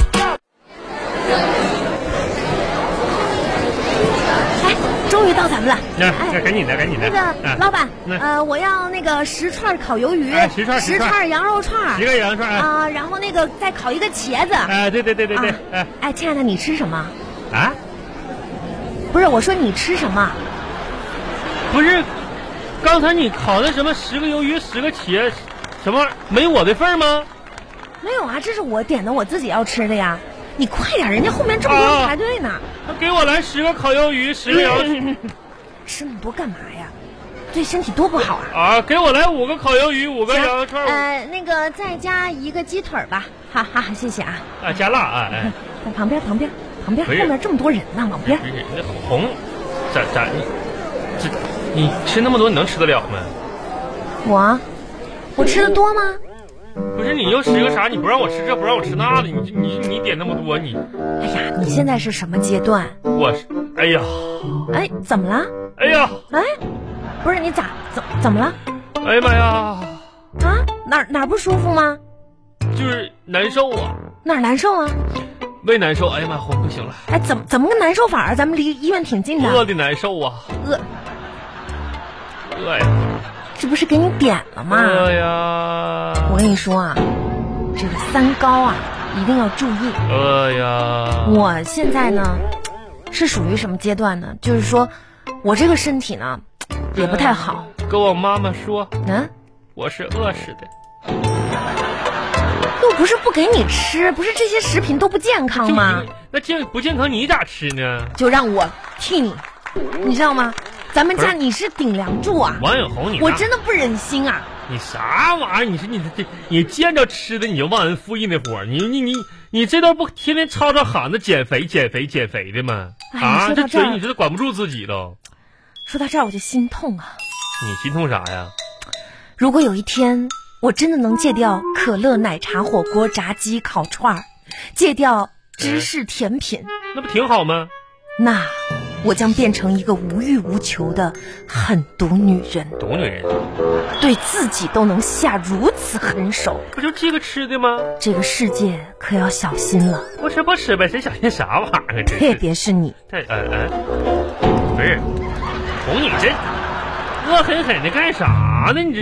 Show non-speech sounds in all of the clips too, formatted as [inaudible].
哎终于到咱们了。那那赶紧的，赶紧的。那个啊老板，那呃，我要那个十串烤鱿鱼哎，十串十十串串羊肉串儿，一个羊肉串啊，啊，然后那个再烤一个茄子。啊，对对对对对，啊啊哎，亲爱的，你吃什么？啊，不是，我说你吃什么？不是，刚才你烤的什么十个鱿鱼十个茄，什么玩意儿没我的份儿吗？没有啊，这是我点的我自己要吃的呀。你快点，人家后面这么多人啊排队呢。他给我来十个烤鱿鱼，十个羊肉 [laughs] 串吃那么多干嘛呀？对身体多不好啊！啊，给我来五个烤鱿鱼，五个羊肉串儿，呃，那个再加一个鸡腿儿吧，哈哈，谢谢啊！啊，加辣啊，哎，在旁边，旁边，旁边，后不是面这么多人呢，往边不。是那红，咋咋你这你吃那么多你能吃得了吗？我，我吃的多吗？不是你又吃个啥？你不让我吃这不让我吃那的，你你你点那么多你哎呀，你现在是什么阶段？我是哎呀哎，怎么了？哎呀哎，不是你咋怎怎么了？哎呀妈呀，啊，哪儿哪儿不舒服吗？就是难受啊，哪儿难受啊？胃难受，哎呀妈，红不行了，哎，怎么怎么个难受法啊？咱们离医院挺近的。饿的难受啊，饿，饿呀这不是给你点了吗？饿呀我跟你说啊，这个三高啊，一定要注意。饿呀，我现在呢，是属于什么阶段呢？就是说，我这个身体呢，也不太好。跟我妈妈说嗯，我是饿死的，又不是不给你吃，不是这些食品都不健康就吗你？那健不健康你咋吃呢？就让我替你，你知道吗？咱们不家是你是顶梁柱啊，王永红你我那真的不忍心啊。你啥玩意儿？你说你这你见着吃的你就忘恩负义那活儿，你你你你这都不天天吵吵喊着减肥减肥减肥的吗？哎啊，说到这这儿嘴你这都管不住自己都，说到这儿我就心痛啊。你心痛啥呀？如果有一天我真的能戒掉可乐、奶茶、火锅、炸鸡、烤串儿，戒掉芝士甜品，那不挺好吗？那我将变成一个无欲无求的狠毒女人，懂女人对自己都能下如此狠手。不就这个吃的吗？这个世界可要小心了，不吃不吃呗，谁想心啥玩意儿啊？特真是别是你。这嗯嗯，不是，哄你这恶狠狠的干啥呢？你这，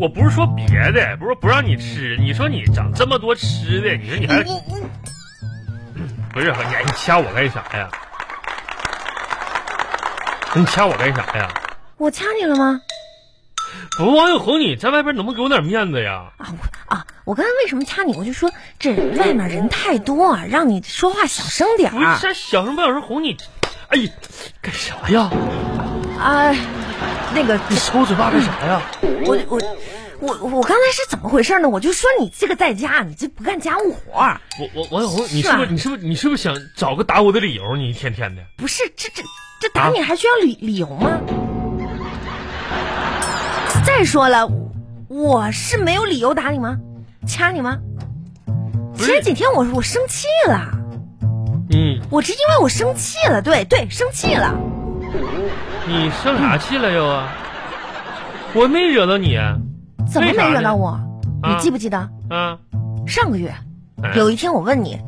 我不是说别的，不是说不让你吃，你说你整这么多吃的，你说你还你你你不是你你掐我干啥呀？你掐我干啥呀？我掐你了吗？不是王永红，你在外边能不能给我点面子呀？啊我啊！我刚才为什么掐你？我就说这外面人太多，啊让你说话小声点不是儿，啊这小声不小声哄你，哎呀，干啥呀？啊。那个你抽我嘴巴干啥呀？我我我我刚才是怎么回事呢？我就说你这个在家，你这不干家务活儿，我我王永红，是你是啊不是你是不是你是不是想找个打我的理由？你一天天的。不是这这这打啊你还需要理理由吗？再说了，我是没有理由打你吗？掐你吗？不是前几天我我生气了，你我是因为我生气了，对对，生气了，你生啥气了又啊？嗯我没惹到你啊！怎么为没啥呢惹到我？你啊记不记得啊上个月哎有一天我问你，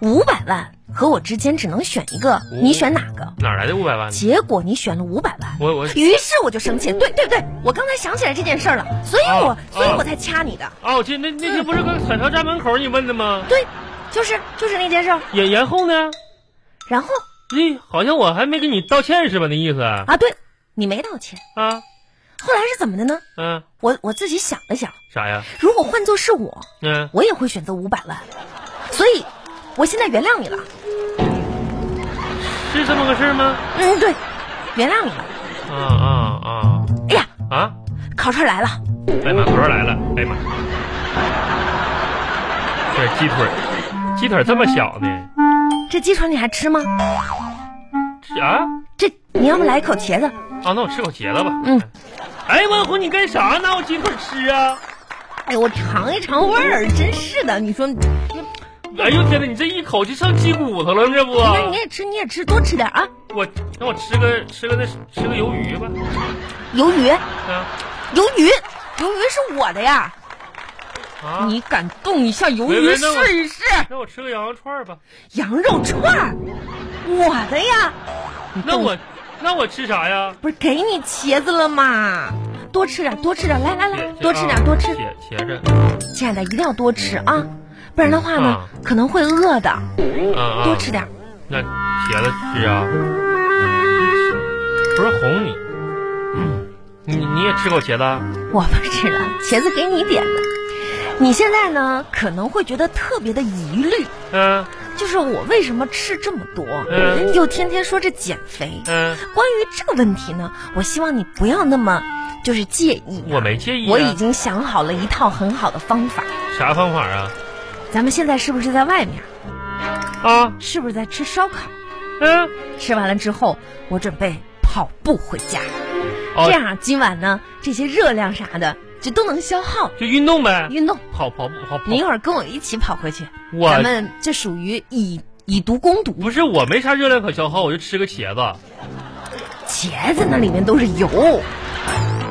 五百万和我之间只能选一个，你选哪个？哪来的五百万呢？结果你选了五百万，我我于是我就生气，对对对，我刚才想起来这件事儿了，所以我、啊所以啊我才掐你的，啊！我记得那那天不是搁彩票站门口你问的吗？对，就是就是那件事儿，然然后呢？然后咦，好像我还没给你道歉是吧？那意思啊？啊，对你没道歉，啊后来是怎么的呢？嗯、我我自己想了想，啥呀？如果换做是我，嗯、我也会选择五百万，所以我现在原谅你了，是这么个事儿吗？嗯，对，原谅你了。啊啊哎呀，啊啊！烤串来了，哎呀妈，狗肉来了！哎呀妈，这鸡腿儿，鸡腿儿这么小呢？这鸡腿你还吃吗？啊这你要不来一口茄子？啊，那我吃口茄子吧。嗯。哎，王红，你干啥拿我鸡腿儿吃啊？哎呦，我尝一尝味儿，真是的，你说。哎呦天哪，你这一口就上鸡骨头了，这不？你看，你也吃，你也吃，多吃点啊！我那我吃个吃个那吃个鱿鱼吧，鱿鱼，啊鱿鱼，鱿鱼是我的呀！啊，你敢动一下鱿喂鱼喂那我试一试？那我吃个羊肉串儿吧，羊肉串儿，我的呀！你那动一我那我吃啥呀？不是给你茄子了吗？多吃点，多吃点，来来来，嗯多吃点，多吃。茄茄子，亲爱的，一定要多吃啊，不然的话呢啊，可能会饿的。啊啊，嗯多吃点，那茄子吃啊，不是哄你，你你也吃口茄子？啊我不吃了，茄子给你点的。你现在呢，可能会觉得特别的疑虑，嗯就是我为什么吃这么多，嗯又天天说这减肥。嗯，关于这个问题呢，我希望你不要那么就是介意啊、我没介意啊我已经想好了一套很好的方法。啥方法啊？咱们现在是不是在外面？啊，是不是在吃烧烤？嗯，吃完了之后，我准备跑步回家。哦这，样今晚呢，这些热量啥的就都能消耗。就运动呗，运动，跑跑步跑你一跑，会儿跟我一起跑回去，哦我咱们这属于以以毒攻毒。不是我没啥热量可消耗，我就吃个茄子，茄子那里面都是油，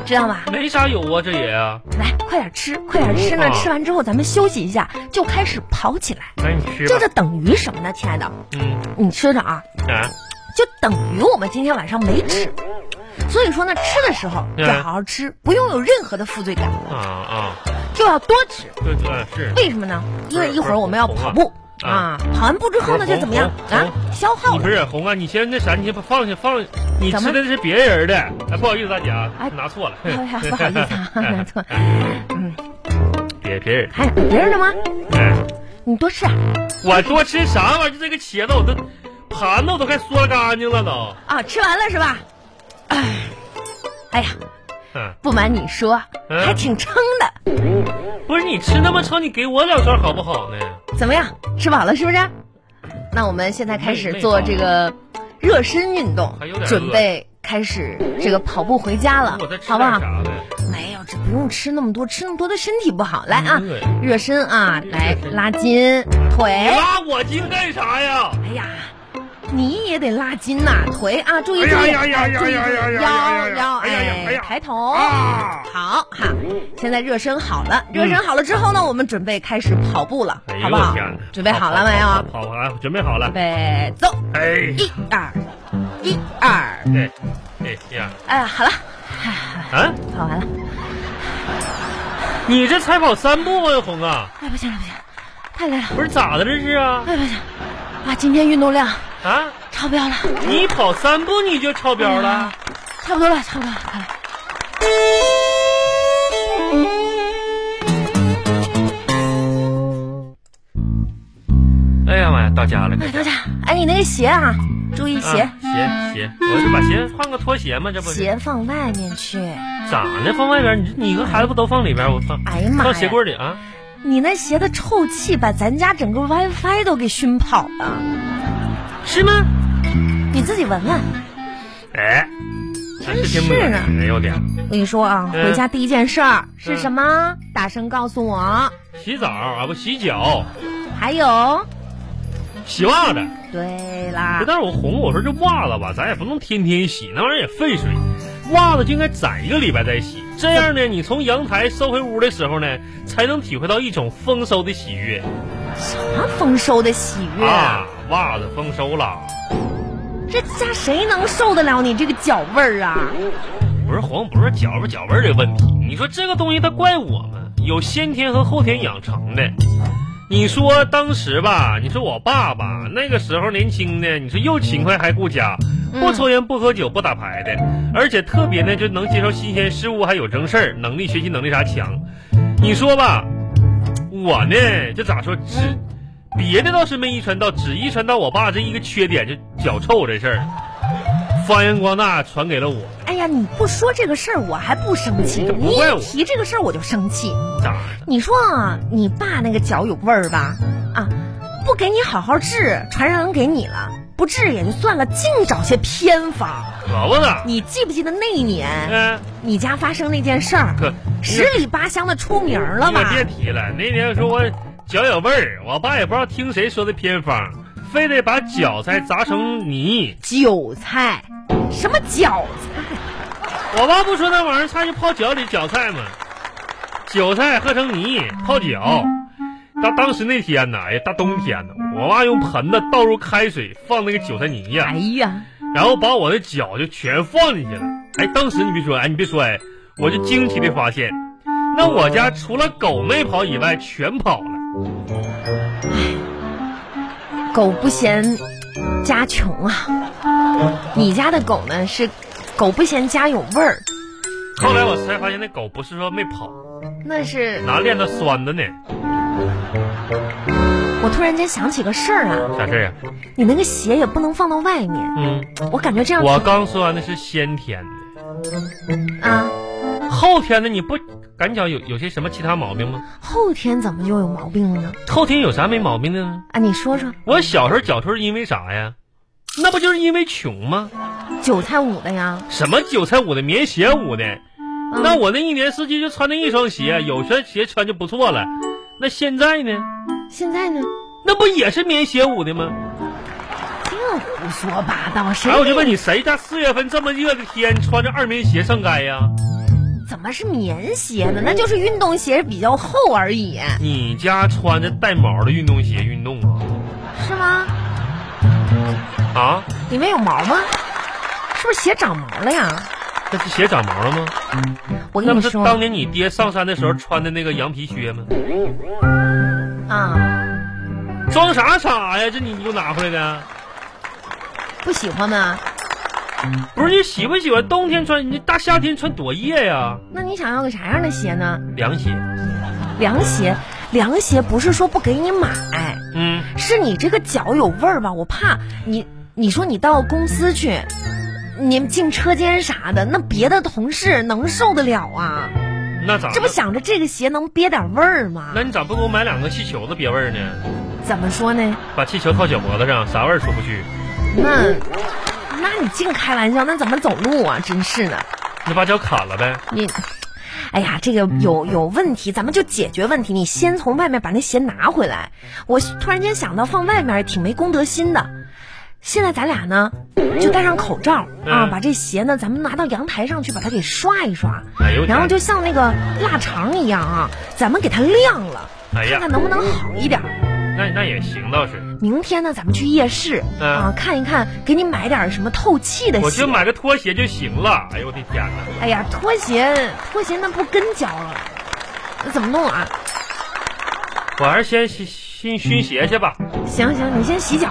知道吧？没啥油啊，这也啊，来，快点吃，快点吃呢！啊吃完之后咱们休息一下，就开始跑起来。那你吃这吧，就等于什么呢，亲爱的？嗯，你吃着啊，啊，就等于我们今天晚上没吃。所以说呢，吃的时候嗯要好好吃，不用有任何的负罪感，啊啊，就要多吃。对对是，为什么呢？因为一会儿我们要跑步不是啊，跑完步之后呢，不是就怎么样哎红啊？消耗你不是红啊，你先那啥，你先放下放，你怎么吃的是别人的，哎，不好意思大家哎，拿错了， [laughs] [laughs] 哎呀，不好意思啊，拿错。嗯，别别人的，还有别人的吗？哎，你多吃啊我多吃啥玩意儿？就这个茄子，我都盘子我都快嗦干净了都，啊！吃完了是吧？哎，哎呀，嗯，不瞒你说，嗯还挺撑的。不是你吃那么撑，你给我两勺好不好呢？怎么样？吃饱了是不是？那我们现在开始做这个热身运动还有点，饿准备开始这个跑步回家了我再，吃好点不好？啥呗？没有，这不用吃那么多，吃那么多对身体不好。来啊嗯对，嗯热身啊，来拉筋腿。你拉我筋干啥呀？哎呀，你也得拉筋呐、腿啊，注意哎注呀意，呀呀呀注意呀呀注意腰呀呀呀呀腰，哎呀呀哎呀抬头。啊！嗯好哈，现在热身好了，热身好了之后呢，我们准备开始跑步了哎，好不呦我好天哪！准备好了没有？跑好了，准备好了准。备走，哎，一二，一二，对，哎呀，哎，好了，啊，跑完了。你这才跑三步啊，红啊，哎，不行了不行，太累了，不是咋的这是啊？哎不行，啊，今天运动量啊，超标了，你跑三步你就超标了？差不多了，差不多了，快了。哎呀妈呀，到家了，哎，等一下，哎，你那个鞋啊，注意鞋，啊鞋鞋，我就把鞋换个拖鞋嘛，这不是鞋放外面去。咋的？放外边，你你和孩子不都放里边？我放哎呀妈呀放鞋柜里啊？你那鞋的臭气把咱家整个 WiFi 都给熏跑了，是吗？你自己闻闻。哎，真真挺是恶心啊的，有点。我跟你说啊，嗯回家第一件事儿是什么？大声告诉我。洗澡啊不洗脚，还有，洗袜子。对啦不，但是我哄我说这袜子吧，咱也不能天天洗，那玩意儿也费水。袜子就应该攒一个礼拜再洗，这样呢，你从阳台收回屋的时候呢，才能体会到一种丰收的喜悦什么丰收的喜悦？啊！袜子丰收了，这家谁能受得了你这个脚味儿啊？不是红，不是脚不脚味儿的问题。你说这个东西它怪我们，有先天和后天养成的。你说当时吧，你说我爸爸那个时候年轻的，你说又勤快还顾家，不抽烟不喝酒不打牌的，而且特别呢就能接受新鲜事物，还有正事儿，能力学习能力啥强。你说吧，我呢就咋说只别的倒是没遗传到，只遗传到我爸这一个缺点，就脚臭这事儿，发扬光大传给了我。哎呀，你不说这个事儿，我还不生气。嗯这不你怪一我提这个事儿，我就生气。咋的？你说啊，你爸那个脚有味儿吧？啊，不给你好好治，传染给你了，不治也就算了，净找些偏方。可不咋。你记不记得那一年嗯，你家发生那件事儿，可十里八乡的出名你了可吧？别提了。那天说我脚有味儿，我爸也不知道听谁说的偏方，非得把韭菜砸成泥。韭菜，什么韭菜？我爸不说那玩意儿，他就泡脚里韭菜嘛，韭菜喝成泥泡脚。当当时那天呢，哎呀，大冬天呢，我爸用盆子倒入开水，放那个韭菜泥呀、哎呀，然后把我的脚就全放进去了。哎，当时你别说，哎，你别说，哎，我就惊奇的发现，那我家除了狗没跑以外，全跑了。狗不嫌家穷啊。你家的狗呢是狗不嫌家有味儿，后来我才发现，那狗不是说没跑，那是拿链子拴的呢。我突然间想起个事儿啊，啥事儿啊？你那个鞋也不能放到外面，嗯，我感觉这样我刚说完的是先天的，啊，后天的你不赶巧有有些什么其他毛病吗？后天怎么就有毛病了呢？后天有啥没毛病的呢？啊，你说说，我小时候脚腿儿因为啥呀？那不就是因为穷吗？韭菜舞的呀，什么韭菜舞的、棉鞋舞的，嗯那我那一年四季就穿那一双鞋，有双鞋穿就不错了。那现在呢？现在呢，那不也是棉鞋舞的吗？净胡说八道，谁哎，我就问你，谁家四月份这么热的天穿着二棉鞋上街呀？怎么是棉鞋呢？那就是运动鞋比较厚而已，你家穿着带毛的运动鞋运动啊？是吗？啊？里面有毛吗？是不是鞋长毛了呀？那是鞋长毛了吗？我那跟你不是说当年你爹上山的时候穿的那个羊皮靴吗？啊，装啥傻呀？这你你给我拿回来的？啊不喜欢吗？不是你喜不喜欢冬天穿？你大夏天穿多热呀？那你想要个啥样的鞋呢？凉鞋。凉鞋，凉鞋不是说不给你买，嗯，是你这个脚有味儿吧？我怕你，你说你到公司去，你进车间啥的，那别的同事能受得了啊？那咋？这不想着这个鞋能憋点味儿吗？那你咋不给我买两个气球子憋味儿呢？怎么说呢？把气球套脚脖子上，啥味儿出不去？那，那你净开玩笑，那怎么走路啊？真是的，你把脚砍了呗？你，哎呀，这个有嗯有问题，咱们就解决问题。你先从外面把那鞋拿回来。我突然间想到放外面挺没公德心的。现在咱俩呢，就戴上口罩啊，嗯把这鞋呢，咱们拿到阳台上去，把它给刷一刷，哎呦我天然后就像那个腊肠一样啊，咱们给它晾了，哎呀看看能不能好一点儿。那那也行倒是。明天呢，咱们去夜市、嗯啊，看一看，给你买点儿什么透气的鞋。我就买个拖鞋就行了。哎呦我的天哪！哎呀，拖鞋，拖鞋那不跟脚了，那怎么弄啊？我还是先先先熏鞋去吧。行行，你先洗脚。